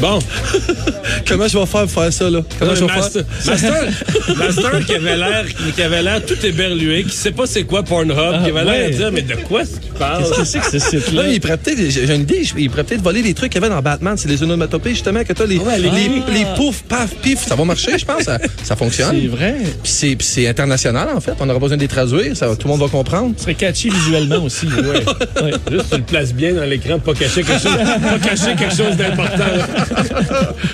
Bon. Comment je vais faire pour faire ça, là? Comment je vais Master, faire? Master, Master qui avait l'air, qui avait l'air tout éberlué, qui sait pas c'est quoi Pornhub, qui avait l'air ouais. à dire mais de quoi est-ce qu'il parle Qu'est-ce que c'est que ce site-là? Là, il pourrait peut-être, j'ai j'ai une idée, il pourrait peut-être voler les trucs qu'il y avait dans Batman. C'est les onomatopées, justement, que t'as les, Ouais, les, les- les pouf, paf, pif. Ça va marcher, je pense. Ça, ça fonctionne. C'est Puis vrai. c'est- puis c'est international, en fait. On aura besoin de les traduire. Ça, tout le monde va comprendre. Ce serait catchy visuellement aussi. Ouais. Ouais. Juste tu le places bien dans l'écran, pas cacher quelque chose, pas cacher quelque chose d'important.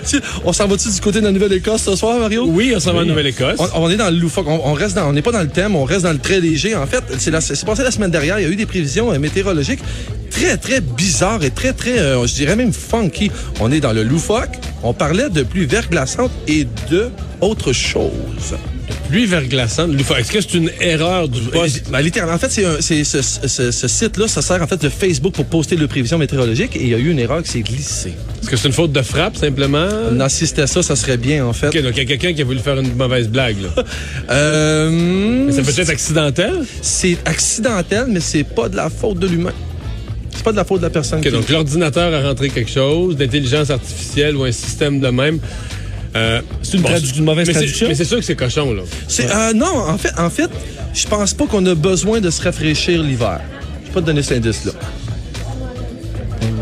Tu- On s'en va-tu du côté de la Nouvelle-Écosse ce soir, Mario? Oui, on s'en va en Nouvelle-Écosse. On, on est dans le loufoque. On, on reste dans, on n'est pas dans le thème, on reste dans le très léger. En fait, c'est la- c'est passé la semaine dernière. Il y a eu des prévisions euh, météorologiques très, très bizarres et très, très, euh, je dirais même funky. On est dans le loufoque. On parlait de pluie verglaçante et de autre chose. Lui verglaçante, lui, fa- est-ce que c'est une erreur du poste? Ben, littéralement, en fait, c'est un- c'est ce, ce- ce site-là, ça sert en fait de Facebook pour poster les prévisions météorologiques et il y a eu une erreur qui s'est glissée. Est-ce que c'est une faute de frappe simplement? Non, si c'était ça, ça serait bien en fait. Ok, donc il y a quelqu'un qui a voulu faire une mauvaise blague. Là. Euh, Ça peut être accidentel. c'est accidentel, mais c'est pas de la faute de l'humain. C'est pas de la faute de la personne. Ok, qui- donc l'ordinateur a rentré quelque chose, d'intelligence artificielle ou un système de même. Euh, c'est une, tradu- une mauvaise mais c'est- traduction? Mais c'est sûr que c'est cochon, là. C'est- euh, non, en fait, en fait, je pense pas qu'on a besoin de se rafraîchir l'hiver. Je vais pas te donner cet indice-là.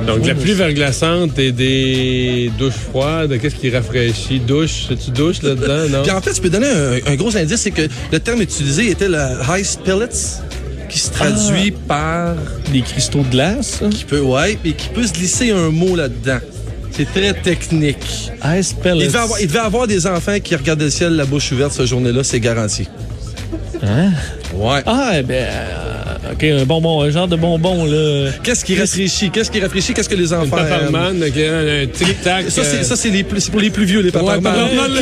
Donc, de la pluie verglaçante et des douches froides, qu'est-ce qui rafraîchit? Douche? Tu douches là-dedans? Non? Puis en fait, je peux donner un, un gros indice, c'est que le terme utilisé était le ice pellets, qui se traduit Ah. par Des cristaux de glace. qui peut, ouais, et qui peut se glisser un mot là-dedans. C'est très technique. Ice pellets. Il devait, avoir, il devait avoir des enfants qui regardaient le ciel la bouche ouverte ce journée-là, c'est garanti. Hein? Ouais. Ah, eh ben, euh, OK, un bonbon, un genre de bonbon, là. Qu'est-ce qui rafraîchit? Qu'est-ce qui rafraîchit? Qu'est-ce que les enfants aiment? Paparman, ok, un tic-tac. euh, Ça, c'est, euh, ça, c'est, les plus- c'est pour les plus vieux, les papas. Ouais, Paparman, là,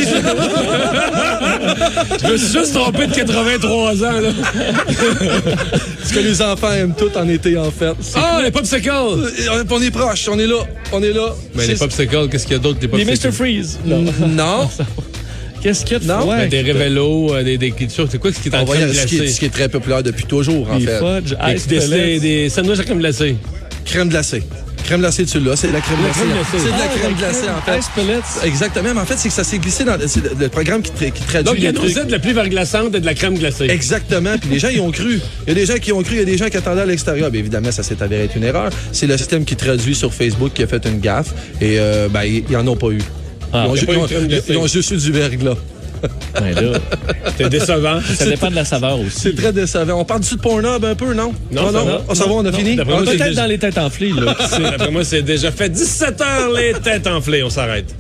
je- Je me suis juste trompé de 83 ans, là. Ce que les enfants aiment tout en été, en fait. Ah, les popsicles! Euh, On est proche, on est là, on est là. Mais C'est- les popsicles, qu'est-ce qu'il y a d'autre? Les Des popsicles? Mr. Freeze. Non. Non, Qu'est-ce qu'il y a de Non, froid? Ben, des révélos, euh, des, des, des- C'est quoi ce qui est en on train va de y aller, ce qui, est, ce glacer? qui est très populaire depuis toujours, en Des fait. fudge, Des- ice Des, pellets. des, des sandwichs à crème glacée. Crème glacée. Crème glacée, tu l'as, c'est de la crème glacée. Ah, crème glacée. C'est de la Ah, crème des glacée, en fait. Ice pellets. Exactement, mais en fait, c'est que ça s'est glissé dans c'est le, le programme qui, tra- qui traduit Donc, il y a les une trucs. recette de la pluie verglaçante et de la crème glacée. Exactement. Puis les gens y ont cru. Il y a des gens qui ont cru, il y a des gens qui attendaient à l'extérieur. Bien évidemment, ça s'est avéré être une erreur. C'est le système qui traduit sur Facebook qui a fait une gaffe. Et euh, ben, ils ils en ont pas eu. Ah, ils, ont, il y a ju- pas eu ils ont- de crème ils- glacée. ils ont juste eu du verglas. Ben là, C'était décevant. ça dépend de la saveur aussi. C'est très décevant. On parle du Pornhub un peu, non? Non, Ah ça va. Ah, ça va, on a Non, fini? d'après On moi, est c'est peut-être déjà- dans les têtes enflées, là. C'est- D'après moi, c'est déjà fait 17 heures les têtes enflées. On s'arrête.